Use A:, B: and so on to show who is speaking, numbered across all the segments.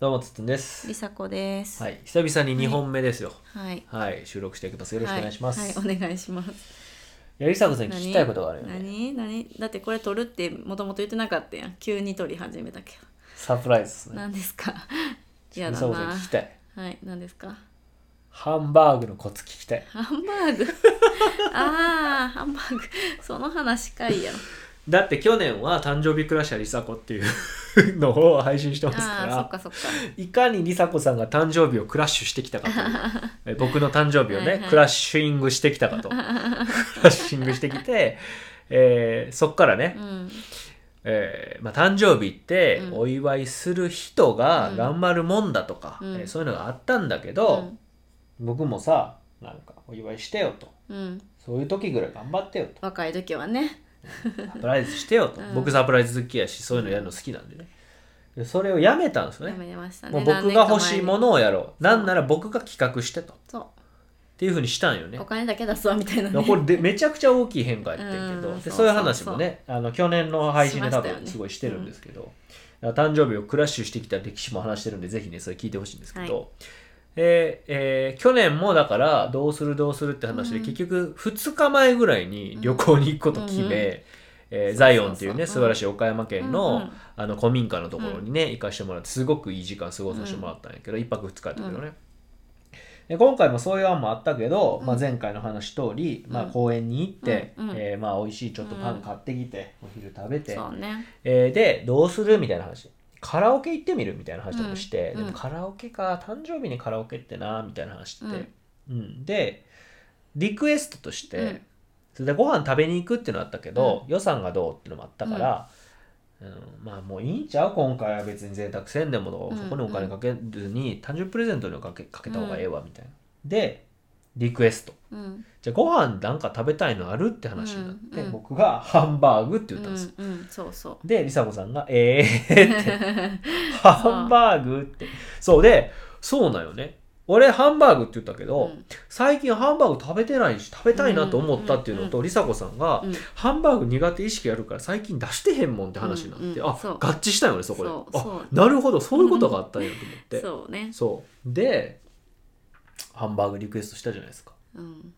A: どうもつっつんです
B: り。さこです。。
A: はいい、久々に二本目ですよ。
B: はい。
A: はい、収録してください。よろしくお願いします。
B: はい、はいお願いします。
A: やりさこさんに聞きたいことがあるよね。
B: 何何だってこれ撮るってもともと言ってなかったやん。急に撮り始めたけ
A: サプライズです
B: ど。
A: ね。
B: 何ですか
A: や
B: 嫌
A: り
B: だ
A: さ
B: な。
A: こさんに聞きた。
B: はいい、何ですか
A: ハンバーグのコツ聞きたい。
B: ハンバー グ。ああ、ハンバーグ。その話かいやろ。
A: だって去年は誕生日クラッシャーりさこっていうのを配信してます
B: ああー、そっ
A: か
B: かそっか。
A: ら、いかにりさこさんが誕生日をクラッシュしてきたか という。え僕の誕生日をね、
B: はいはい
A: クラッシュイングしてきたか と。クラッシングしてきて、えーそっからね、
B: うん。
A: えーまあ、誕生日って
B: うん
A: お祝いする人が
B: うん
A: 頑張るもんだとか、
B: うん
A: えーそういうのがあったんだけど、僕もさなんかお祝いしてよと
B: うん。うん。
A: そういう時ぐらい頑張ってよと
B: 若い時はね。
A: サプライズしてよと、
B: うん
A: 僕サプライズ好きやしそういうのやるの好きなんでねでそれをやめたんですよ
B: や
A: ね
B: めましたね。
A: もう僕が欲しいも
B: の。
A: のをやろうなんなら僕が企画してとっ
B: そ
A: ていうふうにしたんよ
B: う。
A: ね
B: お金だけ出すわみたいなね。
A: これでめちゃくちゃ大きい変化やってんけど、
B: うん
A: で
B: そう
A: そういう話もねあの去年の配信で多
B: しましたよ
A: 分
B: ね
A: すごいしてるんですけど、だから誕生日をクラッシュしてきた歴史も話してるんでぜひねそれ聞いてほしいんですけど、でえー去年もだからどうするどうするって話で、
B: うん
A: 結局2日前ぐらいに旅行に行くこと決め、
B: うん
A: えー
B: そうそうそう
A: ザイオンっていう
B: う
A: ね
B: ん
A: 素晴らしい岡山県の,、
B: うんうん
A: あの古民家のところにね行かしてもらってすごくいい時間過ごさせてもらったんやけど、一泊二日やったけどね、で今回もそういう案もあったけど、
B: うん
A: まあ、前回の話通り、まあ、
B: うん
A: 公園に行って、
B: うんうん
A: えーまあ、美味しいちょっとパン買ってきて、お昼食べて、
B: そうね。
A: えーでどうするみたいな話カラオケ行ってみるみたいな話もして、
B: うん
A: でもカラオケか誕生日にカラオケってなみたいな話してて、うんでリクエストとして、
B: うん
A: それでご飯食べに行くっていうのあったけど、予算がどうっていうのもあったから、うんまあもういいんちゃう今回は別に贅沢せんでもと
B: うん
A: そこにお金かけずに誕生日プレゼントにおかけかけた方がええわみたいな。でリクエスト
B: うん。
A: じゃあご飯なんか食べたいのあるって話になって、
B: うんうん
A: 僕がハンバーグって言ったんですよ
B: うんうん、そう そう。
A: で、りさこさんが、え ーって、ハンバーグって。そうで、そうなんよね。俺、ハンバーグって言ったけど、
B: うん
A: 最近ハンバーグ食べてないし、食べたいなと思ったっていうのと、りさこさんが、
B: うん
A: ハンバーグ苦手意識やるから最近出してへんもんって話になって、
B: うんうん
A: あ、
B: そう
A: 合致したよね、そこで。
B: そうそ
A: あ
B: う、
A: なるほど、そういうことがあったんやと思って。
B: そうね、
A: そう。で、ハンバーグリクエストしたじゃないですか。
B: うん、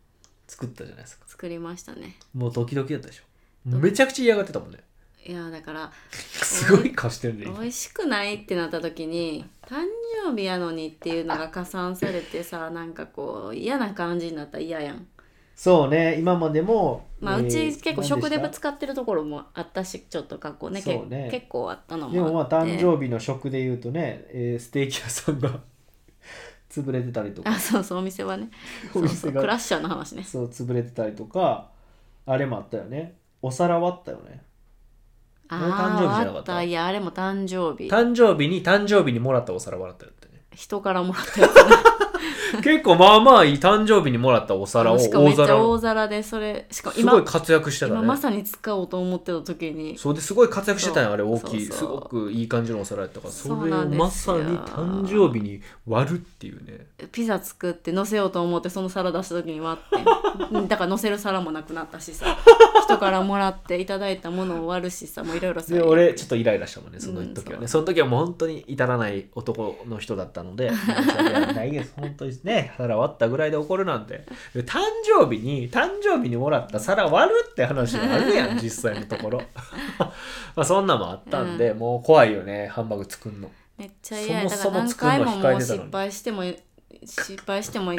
A: 作ったじゃないですか。
B: 作りましたね
A: もうドキドキだったでしょ。めちゃくちゃ嫌がってたもんね。
B: いやだから
A: すごい顔してるね、今
B: 美味しくないってなった時に誕生日やのにっていうのが加算されてさなんかこう嫌な感じになったら嫌やん
A: そうね今までも
B: まあ、
A: えー
B: うち結構
A: 何で
B: 食デ
A: した
B: ブ使ってるところもあったしちょっと過去ねけ
A: そうね
B: 結構あったのも
A: でもまあ
B: あって
A: 誕生日の食で言うとね、えーステーキ屋さんが 潰れてたりとか
B: あそうそうお店はね
A: お
B: そうそ
A: 店
B: うク
A: が
B: ラッシャーの話ね
A: そう潰れてたりとかあれもあったよねお皿割ったよね
B: あ
A: 誕生日じゃなかった
B: ああったいやあれも誕生日
A: 誕生日に誕生日にもらったお皿割ったよってね
B: 人からもらったやつ
A: 結構まあまあいい誕生日にもらったお皿を
B: しかもめ
A: 大
B: っちゃ
A: 皿
B: 大
A: を
B: 皿でそれしかも
A: す
B: 今
A: ごい活躍してた
B: 今ま
A: ね
B: さに使おうと思ってた時に
A: そうですごい活躍してたんや
B: そう
A: あれ大きい
B: そう
A: す
B: そう
A: ごくいい感じのお皿やったからそ
B: そう
A: れ
B: な
A: を
B: んですよ
A: まさに誕生日に割るっていうね
B: ピザ作って乗せようと思ってその皿出した時に割って だから乗せる皿もなくなったしさ人からもらっていただいたものを割るしさもういろいろさ
A: で俺ちょっとイライラしたもんねその
B: うん
A: 時はね、そ
B: そう
A: の時はもう本当に至らない男の人だった ので申し訳ないです本当にね皿割ったぐらいで怒るなんてで誕生日に誕生日にもらった皿割るって話もある やん実際のところまあそんなもんあったんで、
B: う
A: もう怖いよねハンバーグ作 んの
B: めっちゃ嫌やだか
A: そ
B: ら
A: もそ
B: 何
A: も作
B: 回
A: るの
B: も
A: 控
B: も
A: え
B: う
A: てたのに
B: 失敗しても失敗しても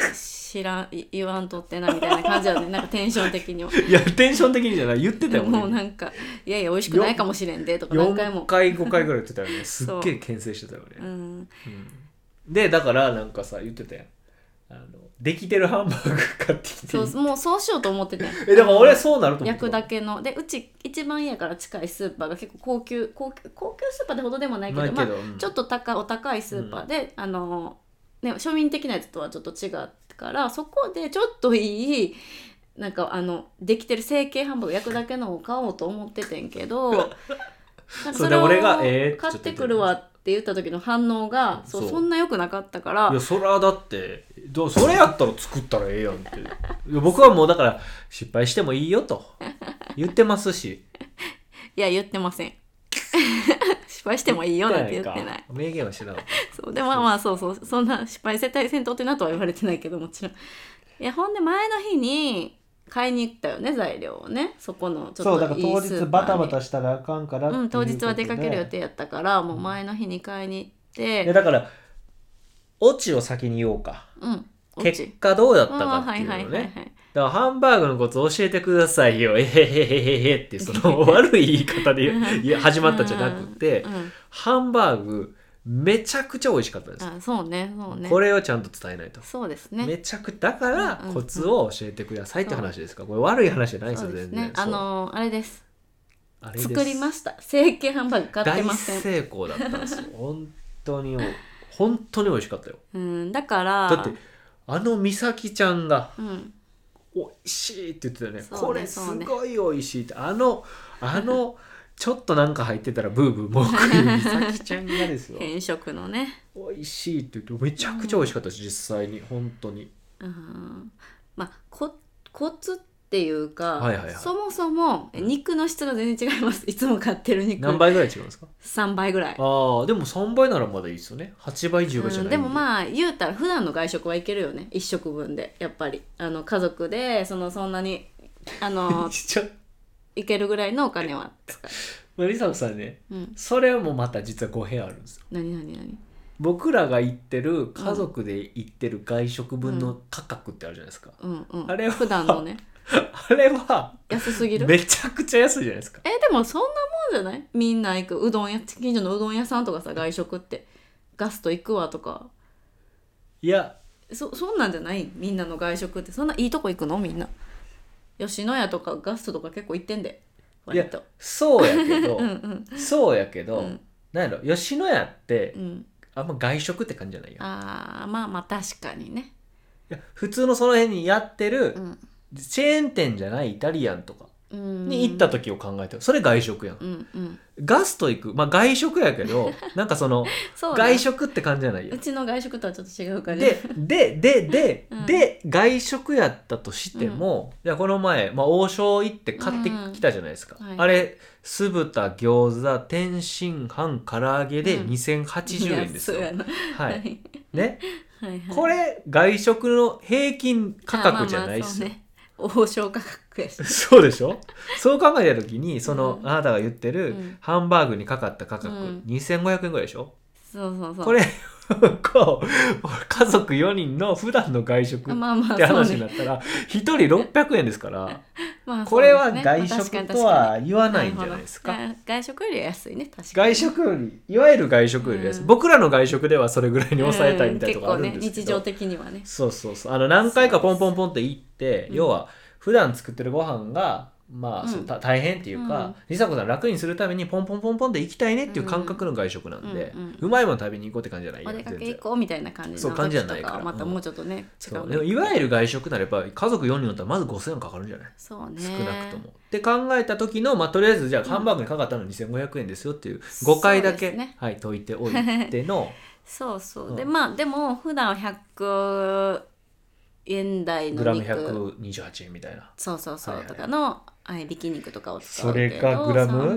B: 知らんい言わんとってなみたいな感じだ ねなんかテンション的にはい
A: やテンション的にじゃない言ってたよ
B: もう
A: ね
B: なんかいやいや美味しくないかもしれんでとか何回
A: 4
B: も
A: 回5回ぐらい言ってたよ ねすっげ
B: そ
A: え
B: う
A: 牽制してたよね、
B: うん
A: でだからなんかさ言ってたやんあのできてるハンバーグ買ってきて
B: そうもうそうしようと思ってて
A: えだから俺そうなると思う
B: 焼くだけのでうち一番家から近いスーパーが結構高級高級高級スーパーってほどでもないけど
A: ないけど
B: まあ
A: うん
B: ちょっと高いお高いスーパーで、あのね、庶民的なやつとはちょっと違うからそこでちょっといいなんかあのできてる成形ハンバーグ焼くだけのを買おうと思っててんけ どなんか
A: それ俺がえーって
B: 買ってくるわって言った時の反応がそう
A: そう
B: そんな良くなかったから
A: いやそらだってどうそれやったら作ったらええやんってい や僕はもうだから 失敗してもいいよと言ってますし
B: いや言ってません 失敗してもいいよなんて言ってない
A: か明言はしなかっ
B: そうでもまあそうそうそんな失敗絶対戦闘ってなとは言われてないけどもちろんいやほんで前の日に買いに行ったよね材料をねそこのち
A: た
B: ょ
A: そ
B: っ
A: うだか
B: と
A: ら
B: いい
A: 当
B: スーパーに
A: 日バタバタしたらあかんからっていうこ
B: ん
A: と
B: 当
A: で
B: 日は出かける予定やったからもう前の日に買いに行って
A: いやだからオチを先に言おうか
B: うんオチ
A: 結果どうだった
B: あ
A: か
B: あ
A: って
B: はいいう
A: の
B: は
A: ね、
B: いはいはい
A: だからハンバーグのコツ教えてくださいよえへへへへへってその悪い言い方でいや始まったんじゃなくて、
B: うん
A: ハンバーグめちゃくちゃ美味しかったです、
B: あそうねそうね
A: これをちゃんと伝えないと、
B: そうですね
A: めちゃくだから
B: うんうん
A: コツを教えてくださいって話ですか、これ悪い話じゃないです
B: そ
A: よ
B: うです
A: 全
B: ね
A: 然
B: あのーあれです
A: そうあれです
B: 作りました成形ハンバーグ買って
A: 大
B: ません
A: 成功だったんですよ本当に本当に美味しかったよ
B: うんだから
A: だってあの美咲ちゃんが
B: うん
A: 美味しいって言ってたよね
B: そうね
A: これすごい美味しいって、あのあの ちょっとなんか入ってたらブーブー文句言う美咲ちゃんがです よ
B: 変色のね
A: 美味しいって言ってめちゃくちゃ美味しかったし実際に本当に
B: うんまあココツっていうか、
A: はいはいはい
B: そもそもえ肉の質が全然違いますい つも買ってる肉
A: 何倍ぐらい違うんですか
B: 3倍ぐら
A: ああ
B: い
A: でも3倍ならまだいいですよね8倍10倍じゃない
B: う
A: ん
B: ん、でもまあ言うたら普段の外食はいけるよね1食分でやっぱりあの家族でそのそんなに あの
A: ちょ
B: いけるぐらいのお金は使
A: まありさこさんね
B: う、うん、
A: それもまた実は語弊あるんですよ
B: 何何何
A: 僕らが行ってる家族で行ってる外食分の価格ってあるじゃないですか、
B: うんうん
A: あれは
B: 普段のね
A: あれは
B: 安すぎる
A: めちゃくちゃ安いじゃないですか
B: えでもそんなもんじゃないみんな行くうどん屋近所のうどん屋さんとかさ外食ってガスト行くわとか
A: いや
B: そそんなんじゃないみんなの外食ってそんないいとこ行くのみんな吉野家とかガストとか結構行ってんで
A: いや
B: 割と
A: そうやけど、
B: うんうん
A: そうやけど、
B: うん
A: なんやろ吉野家って
B: うん
A: あんま外食って感じじゃないよ
B: あーまあまあ確かにね
A: いや普通のその辺にやってる
B: うん
A: チェーン店じゃないイタリアンとか
B: うん
A: に行った時を考えてるそれ外食やん
B: うんうん
A: ガスト行くまあ外食やけ どなんかその
B: そうね
A: 外食って感じじゃないや
B: うんちの外食とはちょっと違うから
A: でででで、
B: うん
A: で外食やったとしても、いやこの前、まあ、王将行って買ってきたじゃないですか、
B: うんはい
A: あれ酢豚餃子天津飯唐揚げで
B: うん
A: 2080円ですよ、
B: いやそうやな
A: は
B: はいい
A: ね
B: はいはい
A: これ外食の平均価格じゃないっすよ、
B: あまあまあそうね王将価格やし
A: そうでしょそう考えた時にその、
B: うん
A: あなたが言ってる、
B: うん
A: ハンバーグにかかった価格、
B: うん
A: 2500円ぐらいでしょ
B: そうそうそう
A: これこう家族4人の普段の外食
B: あまあま
A: っ
B: あ
A: て
B: そう
A: 話に
B: ね
A: なったら、一人600円ですから、
B: まあ
A: これ
B: そ
A: は
B: うですね
A: 外
B: まあ確
A: 食
B: かに
A: と
B: 確か
A: は
B: に
A: 言わないんじゃないですか。
B: るほどが外食よりは安いね確かに
A: 外食より、いわゆる外食よりです。
B: うん
A: 僕らの外食ではそれぐらいに抑えたいみたいなとこあるん
B: う
A: で
B: 結構ね
A: すけ
B: 日
A: ど、
B: 常的にはね
A: そうそうそう。あの、何回かポンポンポンって行って、
B: うん
A: 要は、普段作ってるご飯が、まあ、そう
B: うん
A: た大変っていう
B: うん
A: か、りさこさん楽にするためにポンポンポンポンで行きたいねっていう感覚の外食なんで、
B: う
A: うん
B: うん
A: まいもの食べに行こうって感じじゃない
B: お
A: よ
B: 出か
A: 全
B: け
A: 然
B: 行こうみたいな感じ
A: そう
B: の
A: 感じじ
B: 時
A: ゃない
B: と
A: か
B: からはまたもうちょっとね、違
A: そううでもいわ
B: る
A: ゆる外食ならやっぱり家族4人だったらまず5000円かかるんじゃない
B: そうね
A: 少なくとも。って考えた時の、まあ、とりあえずじゃあハンバーグにかかったの2500円ですよっていう誤解だ
B: そう
A: け、
B: ですね
A: はい、解いておいて の
B: そうそう、
A: うん
B: でまあでも普段100円台
A: グ
B: の
A: ラム
B: 肉
A: 128円みたいな。
B: そうそうそう、
A: はいはい
B: とかの合いびき肉とかを使う
A: それ
B: けど
A: がグラム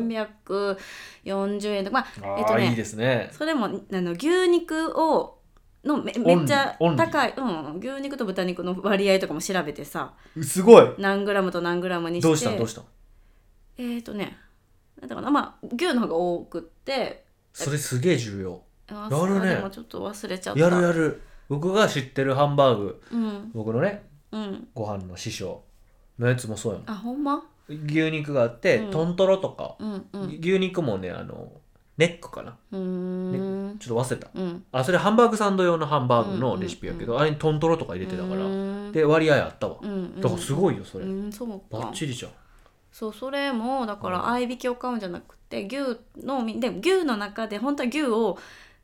B: 340円とかまあ
A: あ
B: えっと
A: あ、
B: ね
A: いいですね。
B: それもあの牛肉をのめ
A: オンリ
B: め
A: ー
B: っちゃ
A: オンリー
B: 高い、うん、牛肉と豚肉の割合とかも調べてさ
A: すごい
B: 何グラムと何グラムにして
A: どうしたんどうしたん
B: えー、とねなんだかなまあ牛の方が多くって
A: それすげえ重要。
B: や
A: やるね
B: でもちょっと忘れちゃった
A: やるやる。僕が知ってるハンバーグ、
B: うん
A: 僕のね、
B: うん
A: ご飯の師匠のやつもそうや
B: あほんま
A: ん。牛肉があって、
B: うん
A: トントロとか、
B: うんうん
A: 牛肉もね、あの、ネックかな。
B: うーん、
A: ちょっと忘れた。
B: うん
A: あ、それハンバーグサンド用のハンバーグのレシピやけど、あれにトントロとか入れてたから。
B: うん
A: で割合あったわ、
B: うんうん
A: だからすごいよそれ、
B: うんそう
A: バッ
B: か
A: チリじゃん
B: そうそれもだか
A: うん
B: ら合いびきを買うんじゃなくて牛のみでも牛の中で本当は牛を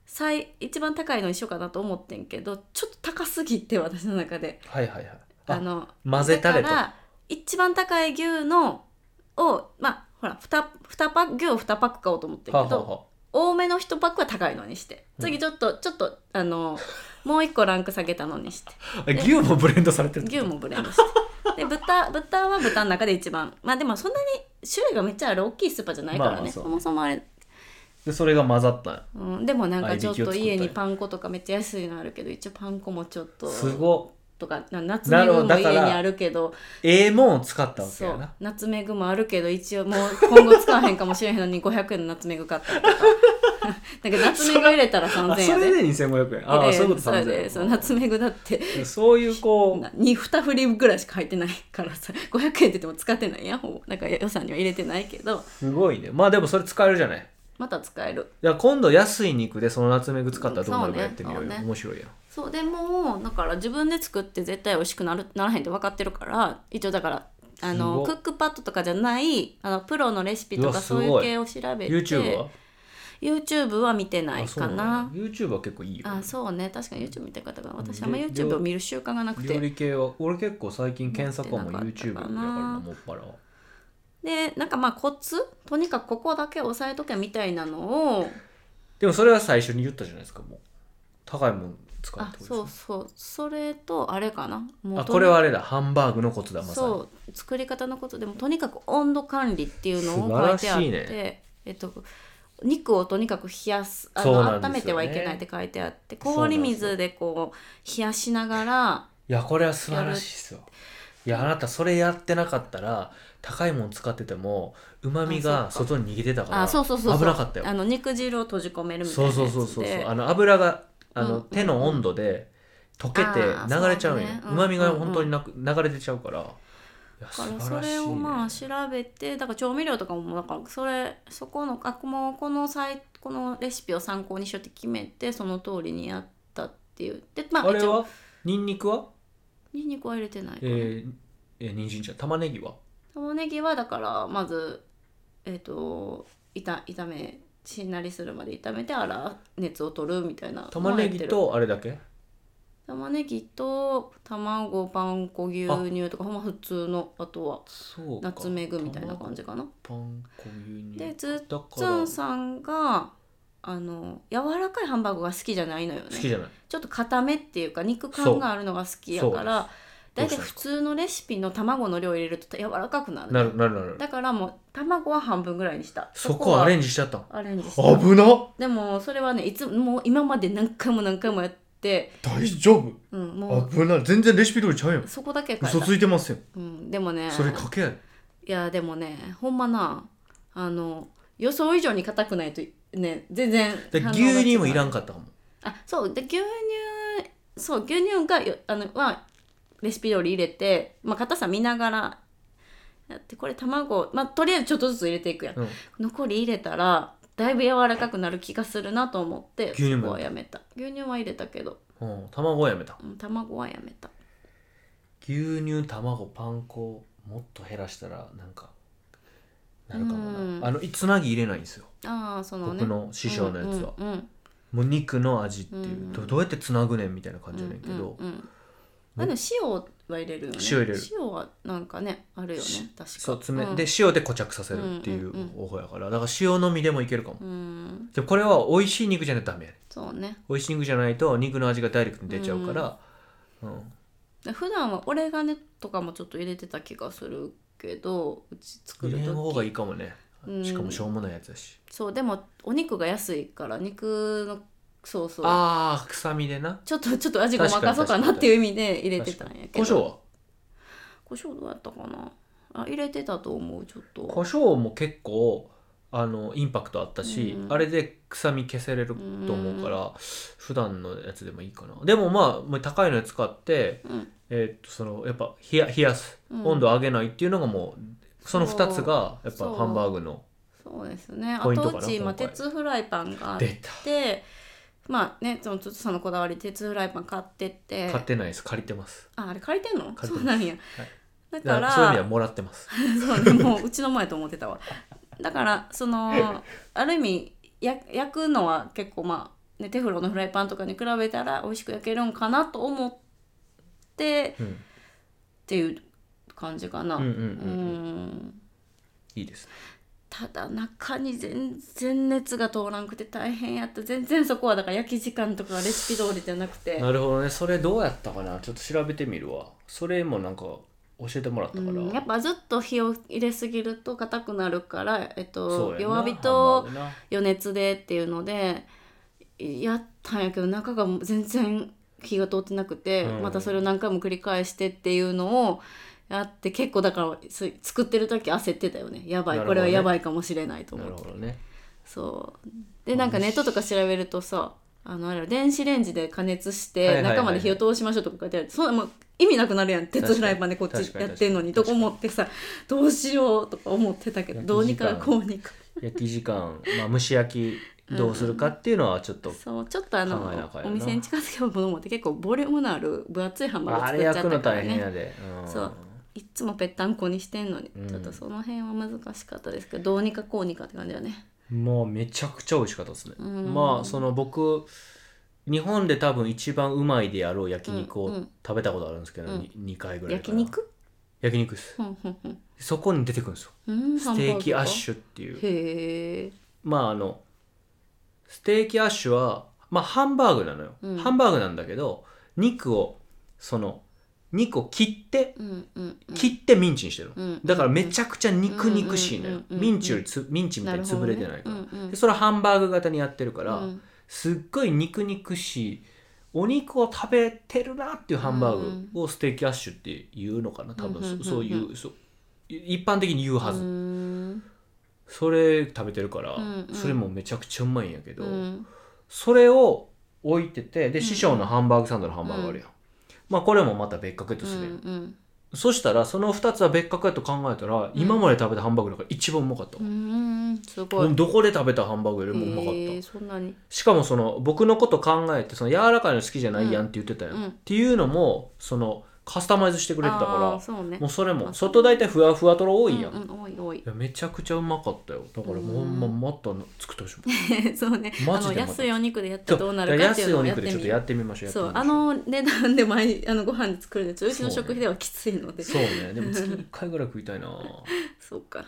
B: 最一番高いの一緒かなと思ってんけどちょっと高すぎて私の中で
A: はいはいはい
B: あ
A: あ
B: の
A: 混ぜたれと
B: だから一番高い牛のをまあほら 2, 2パック牛を2パック買おうと思ってる
A: は
B: け
A: あ
B: ど、
A: はあは
B: 多めの1パックは高いのにして
A: うん
B: 次ちょっと、ちょっとあのもう1個ランク下げたのにして
A: ああ牛もブレンドされてるって
B: 牛
A: こと
B: もブレ ンドしてで豚豚は豚の中で一番まあでもそんなに種類がめっちゃある大きいスーパーじゃないからね、
A: まあまあそう
B: そもそもあれ
A: でそれが混ざったんや
B: うん、でもなんかちょ
A: 合
B: っ
A: いびきを作
B: と
A: ったり
B: 家にパン粉とかめっちゃ安いのあるけど一応パン粉もちょっと
A: すごっ
B: とかなナツ
A: な
B: メ
A: るほ
B: グ
A: ど
B: も
A: だ
B: 家
A: から
B: にあるけど
A: ええもんを使ったわけ
B: そ
A: や
B: う
A: な
B: ナツメグもあるけど一応もう今後使わへんかもしれへんのに500円のナツメグ買っ たりとかだけどナツメグ入れたら
A: あ
B: 3000円
A: そ
B: や
A: れ
B: で。
A: で2500円ああ
B: ええ
A: そういうこと
B: それでそうナツメグだって
A: そういうこう
B: 2振りぐらいしか入ってないからさ500円って言っても使ってないやんほぼなんか予算には入れてないけど
A: すごいねまあでもそれ使えるじゃない
B: また使える
A: いや今度安い肉でそのナツメグ使ったらどうなるかやってみよう
B: そう
A: よ
B: ねそうね
A: 面白いやん
B: そうでもうだから自分で作って絶対美味しくなるならへんって分かってるから一応だからあ
A: すご
B: の
A: っ
B: クックパッドとかじゃないあのプロのレシピと
A: う
B: か
A: わすご
B: そう
A: い
B: いう系を調べて
A: YouTube は
B: YouTube は見てない
A: あ
B: かな
A: そうなんや YouTube は結構いいよ
B: あそうね確かに YouTube 見た方が私あんま
A: で
B: YouTube を見る習慣がなく
A: 料
B: て
A: 理系は俺結構最近検索はもう
B: 持っ
A: YouTube
B: てなか
A: だ
B: っ
A: か
B: たからな
A: なもっぱらは
B: でなんかまあコツとにかくここだけ押さえとけみたいなのを
A: でもそれは最初に言ったじゃないですかもう高いもん使うっ
B: あ
A: てこと
B: そ
A: で
B: う
A: す
B: そうそれとあれかなも
A: ね
B: う
A: あこれはあれだハンバーグのコツだまさに
B: そう作り方のことでもとにかく温度管理っていうの
A: 素
B: を
A: 晴
B: 書
A: ら
B: い
A: してい
B: あって、
A: ね
B: えっと、肉をとにかく冷やすあ
A: そう
B: の
A: なんですよ
B: 温
A: ね
B: めてはいけないって書いてあって
A: そうなんです
B: 氷
A: よ
B: 水でこう冷やしながら
A: いやこれは素晴らしいですよいやあなたそれやってなかったら高いもん使っててもうまみが
B: あそう
A: 外に逃げてたから
B: あそうそうそうそう
A: 危なかったよ
B: あの肉汁を閉じ込めるみたい
A: そ
B: な
A: う
B: やつで
A: そうそうそうそうあの油があ
B: うんうん
A: の
B: うん
A: 手の温度で溶けて
B: あー
A: 流れちゃうん
B: そう
A: や
B: ね
A: うまみが本当
B: うんうんうん
A: になく流れ出ちゃうからいや素
B: だから
A: 晴
B: そ
A: らし
B: れ
A: い
B: をまあ調
A: ね
B: べてだから調味料とかもだからそれそこのあもうこのサイこのレシピを参考にしようって決めてその通りにやったっていうでまあ
A: あれ
B: 一応
A: はニンニクは
B: ニンニクは入れてないかな、
A: えーえー人参じゃん玉ねぎは
B: 玉ねぎはだからまずえっ、と炒炒めしんなりするまで炒めてあら熱を取るみたいな
A: 玉ねぎとあれだけ
B: 玉ねぎと卵パン粉牛乳とかほんま普通のあとは
A: そう
B: ナツメグみたいな感じかな
A: パン粉牛乳
B: でず
A: だか
B: ツン
A: ら
B: さんがあの柔らかいハンバーグが好きじゃないのよ
A: 好き
B: ね
A: じゃない
B: ちょっと固めっていうか肉感があるのが好きやから
A: そう
B: 大
A: です
B: 体普通のレシピの卵の量入れると柔らかくなる
A: なるなるなる
B: だからもう卵は半分ぐらいにした
A: そこはア
B: れ
A: レンジしちゃったの
B: アレンジした
A: 危な
B: でもそれはねいつももう今まで何回も何回もやって、
A: 大丈夫
B: うん、もう
A: 危ない全然レシピ通りちゃうやん
B: そこだけ変え
A: 嘘
B: た、
A: ついてますよ
B: うん、でもね
A: それかけやで
B: いやでもねほんまなあの予想以上に硬くないとね全然
A: で
B: 反応が
A: 牛乳もいら
B: 違うん
A: かったかも
B: あそうで牛乳そう牛乳がよあのはレシピ通り入れて、まあ、硬さ見ながらやってこれ卵、まあ、とりあえずちょっとずつ入れていくやん
A: うん
B: 残り入れたらだいぶ柔らかくなる気がするなと思って
A: 牛乳も
B: そこはやめた牛乳は入れたけど
A: うん、卵はやめた
B: うん卵はやめた
A: 牛乳卵パン粉もっと減らしたらなんかなるかも
B: うん
A: なあのいつなぎ入れないんですよ
B: ああそのね
A: 僕の師匠のやつは、
B: うんうん
A: もう肉の味っていう、
B: うん
A: どどうやってつなぐねんみたいな
B: う
A: 感
B: ん
A: じやねんけど、
B: うんうんうんあでも塩は入れるよね
A: 塩入れる
B: 塩はなんかねあるよね
A: し
B: 確か
A: そう爪、
B: ん
A: で塩で固着させるっていう方法やからだから塩のみでもいけるかも、
B: うん
A: でもこれは美味しい肉じゃないとダメやね
B: そうね
A: 美味しい肉じゃないと肉の味がダイレクトに出ちゃうから、うん
B: 普段はオレガネとかもちょっと入れてた気がするけどうち作る
A: 入れん方が
B: 時
A: いいかもね、
B: うん
A: しかもしょうもないやつだし
B: そうでもお肉が安いから肉のそうそう
A: あー臭みでな
B: ちょっとちょっと味ごまかそうかなっていう意味で入れてたんやけど
A: 胡椒は
B: 胡椒どうやったかなあ入れてたと思うちょっ
A: 胡
B: と
A: 椒も結構あのインパクトあったし、
B: うん
A: あれで臭み消せれると思うから、普段のやつでもいいかなでもまあもう高いの使って、
B: うん
A: えーっとそのやっぱ冷や冷やす、
B: うん
A: 温度上げないっていうのがもうその2つがやっ
B: そ
A: ぱ
B: う
A: ハンバーグの
B: そうですねあ
A: ポイントか
B: と
A: な
B: うち今
A: 今回
B: 鉄フライパンがあっ
A: 出た
B: てまあねそのちょっとそのこだわり鉄フライパン買ってって
A: 買ってないです借りてます
B: ああれ借りてんの
A: 借りてます
B: そうなんや、だ
A: だ
B: か
A: から
B: ら
A: そういう意味ではもらってます
B: そうねもううちの前と思ってたわだからそのある意味や焼くのは結構まあ、ね、テフロンのフライパンとかに比べたら美味しく焼けるんかなと思ってっ
A: うん
B: ていう感じかな
A: うんうんうんうん
B: うん
A: いいです
B: ただ中に全然熱が通らんくて大変やった全然そこはだから焼き時間とかレシピ通りじゃなくて
A: なるほどねそれどうやったかなちょっと調べてみるわそれもなんか教えてもらったから、
B: うんやっぱずっと火を入れすぎると硬くなるから、えっ
A: そうや、
B: と
A: な
B: 弱火
A: ハ
B: と
A: ンバーグな
B: 余熱でっていうのでやったんやけど中が全然火が通ってなくて、
A: うん
B: またそれを何回も繰り返してっていうのをやって結構だからす作ってる時焦ってたよねやばい、
A: なるほど
B: これ
A: ね
B: はやばいかもしれないと思
A: なる
B: っ
A: ほ
B: て
A: どね
B: そうでなんかネットとか調べるとさあのあれや電子レンジで加熱して、
A: はいはいはいはい
B: 中まで火を通しましょうとか書いてあるそんなもう意味なくなるやん鉄フライパンでこっ
A: 確
B: ち
A: かに
B: やってんのにと
A: 確か
B: か
A: に
B: 思ってさどうしようとか思ってたけどどうにか
A: 焼き時
B: こうにか
A: 焼き時間、まあ、蒸し焼きどうするかっていうのはちょっと、
B: そうちょっとあの
A: 考えなあかんよな
B: お店に近づけばものもって結構ボリュームのある分厚いハンバーグ
A: あ
B: 作
A: れ
B: っちゃ
A: 焼く
B: っ
A: の
B: たから
A: 大変や
B: ね
A: で、うん
B: そういっつもぺったんこにしてんのに、
A: うん
B: ちょっとその辺は難しかったですけどどうにかこうにかって感じだね
A: もうめちゃくちゃ美味しかったですね、
B: うん
A: まあその僕日本で多分一番うまいであろう焼肉
B: うんう
A: を
B: ん
A: 食べたことあるんですけど、
B: うん
A: に2回ぐらいか
B: 焼
A: な
B: 肉
A: 焼肉です
B: ふんふんふん
A: そこに出てくるんですよ
B: うん
A: ステーキアッ
B: ュ
A: シュっていう
B: へえ
A: まああのステーキアッシュはまあハンバーグなのよ、
B: うん
A: ハンバーグなんだけど肉をその肉を切って
B: うんうんうん
A: 切ってミンチにしてるの、
B: うん
A: だからめちゃくちゃ肉肉しいのよ、
B: うんうんうんうん
A: ミンチよりつミンチみたいに潰れてないから
B: なるほどねうんうん
A: でそれはハンバーグ型にやってるから、
B: うん
A: すっごい肉肉しいお肉を食べてるなっていうハンバーグをステーキアッシュっていうのかな多分
B: うんうんうんう
A: そ
B: ん
A: そういうそう一般的に言うはず、
B: うん
A: それ食べてるから、
B: うんうん
A: それもめちゃくちゃうまいんやけど、
B: うん
A: それを置いててで、
B: うん
A: 師匠のハンバーグサンドのハンバーグあるやん、まあこれもまた別格やと
B: う
A: するやん、
B: ん
A: そしたらその2つは別格やと考えたら、今まで食べたハンバーグの中で一番うまかった
B: う、んすご
A: も
B: いう
A: どこで食べたハンバーグよりもうまかった、
B: へえそんなに
A: しかもその僕のこと考えてその柔らかいの好きじゃないやんって言ってたやん、
B: うん
A: っていうのもそのカスタマイズしてくれてた
B: あー
A: か
B: そうね
A: らもうそれも外大体ふわふわとろ多いやん、
B: うんうん多い多い
A: いやめちゃくちゃうまかったよだからもう
B: うん
A: ままた作ってほし いもん
B: そうね。
A: マ
B: あ
A: ジ
B: の
A: で
B: 安いお肉でやったらどうなるかってい
A: 安いう
B: の
A: お
B: をやっ
A: 肉
B: て
A: でちょっ
B: み
A: とや
B: る。
A: ってみましょう
B: そう
A: やっ
B: あ
A: てみましょ
B: の 値段で毎あのご飯で作るのちょうち
A: そ
B: の
A: うね
B: 食費ではきついので、
A: そうねでも月1回ぐらい食いたいな
B: そうか。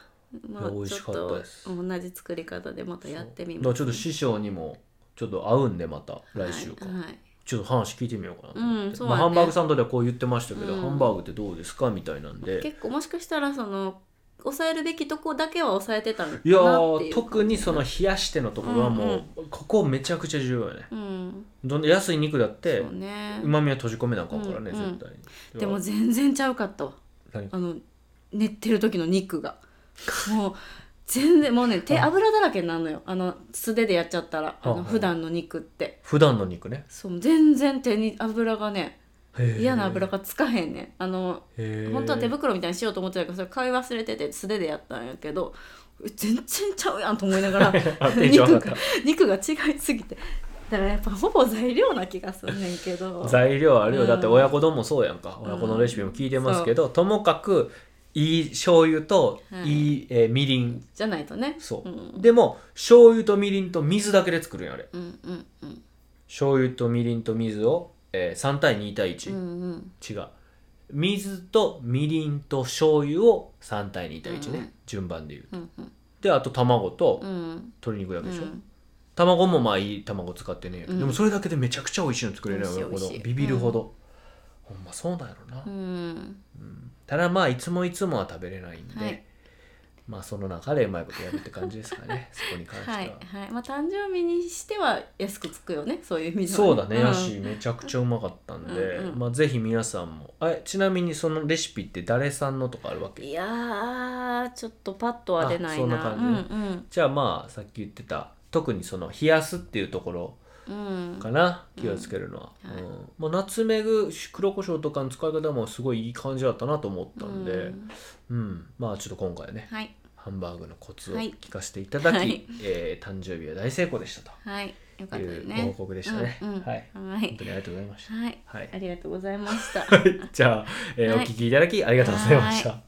B: まあ
A: いや美味
B: ちょ
A: し
B: っ
A: かった
B: と
A: です
B: 同じ作り方でまたやってみ
A: だか
B: ま
A: ら
B: す。
A: ちょっと師匠にもちょっと合うんでまた来週か、
B: はい。はい
A: ちょっと話聞いてみようかなと思って
B: うんそう
A: ま
B: だ
A: あ、
B: ね
A: ハンバーグサンドではこう言ってましたけど、
B: うん
A: ハンバーグってどうですかみたいなんで
B: 結構もしかしたらその抑えるべきとこだけは抑えてたのかなって
A: い
B: いう
A: や
B: 感じ。
A: ー特にその冷やしてのところはもう、ここめちゃくちゃ重要やね
B: うん。
A: どんな安い肉だって
B: そうね
A: う。まみは閉じ込めなあかんからね、
B: うんうん
A: 絶対に
B: でも全然ちゃうかったわ。
A: 何
B: あの寝ってる時の肉がもう全然もうね手油だらけになるのよあの素手でやっちゃったらあ
A: はあ
B: の
A: はあ
B: 普段の肉って
A: 普段の肉ね
B: そう全然手に油がね
A: へー
B: 嫌な油がつかへんねんあの
A: へー
B: 本当は手袋みたいにしようと思ってたけどそれ買い忘れてて素手でやったんやけど全然ちゃうやんと思いながら
A: あテンション上
B: 肉
A: がっ
B: が肉が違いすぎてだからやっぱほぼ材料な気がすんねんけど
A: た材料あるよ、
B: うん
A: だって親子丼もそうやんか
B: うん
A: 親子のレシピも聞いてますけど、ともかくいい醤油と
B: はい
A: いい、えーみりん
B: じゃないとね
A: そう、
B: うん
A: でも醤油とみりんと水だけで作るんやあれ
B: うんうんうん
A: 醤油とみりんと水を、えー3対2対1、
B: うんうん
A: 違う水とみりんと醤油を3対2対1ね、
B: うん
A: 順番で言う
B: うんうん
A: であと卵と
B: うん
A: 鶏肉だけでしょ、
B: うん
A: 卵もまあいい卵使ってね、
B: うん
A: でもそれだけでめちゃくちゃ美味しいの作れるよ
B: 美味しい
A: ほど
B: 美味しい
A: ビビるほど、ほんまそうなんやろな、
B: うん
A: ただまあいつもいつもは食べれないんで、
B: はい
A: まあその中でうまいことやるって感じですか ねそこに関しては、
B: はいはいまあ誕生日にしては安くつくよねそういう意味では
A: そうだね、
B: ん
A: やしめちゃくちゃうまかったんで、
B: うんうん
A: まあぜひ皆さんもあちなみにそのレシピって誰さんのとかあるわけ
B: いやーちょっとパッとは出な
A: あ
B: いな
A: そんな感
B: じ、うん
A: じゃあまあさっき言ってた特にその冷やすっていうところ
B: うんうん
A: かな、気をつけるのは、
B: うんはい
A: うんまあ、ナツメグ黒胡椒とかの使い方もすごいいい感じだったなと思ったんで、
B: う
A: うんまあちょっと今回はね
B: はい
A: ハンバーグのコツを
B: はい
A: 聞かせていただき、
B: はい
A: えー誕生日は大成功でした
B: はいよか
A: と
B: っ
A: い
B: たよ
A: うご報
B: ね
A: 告でしたね、
B: うんうん
A: はい
B: は
A: 本
B: い
A: 当にありがとうございました、
B: はい
A: はい
B: ありがとうございました
A: じゃあ、えー
B: はい
A: お聞きいただきありがとうございました、
B: は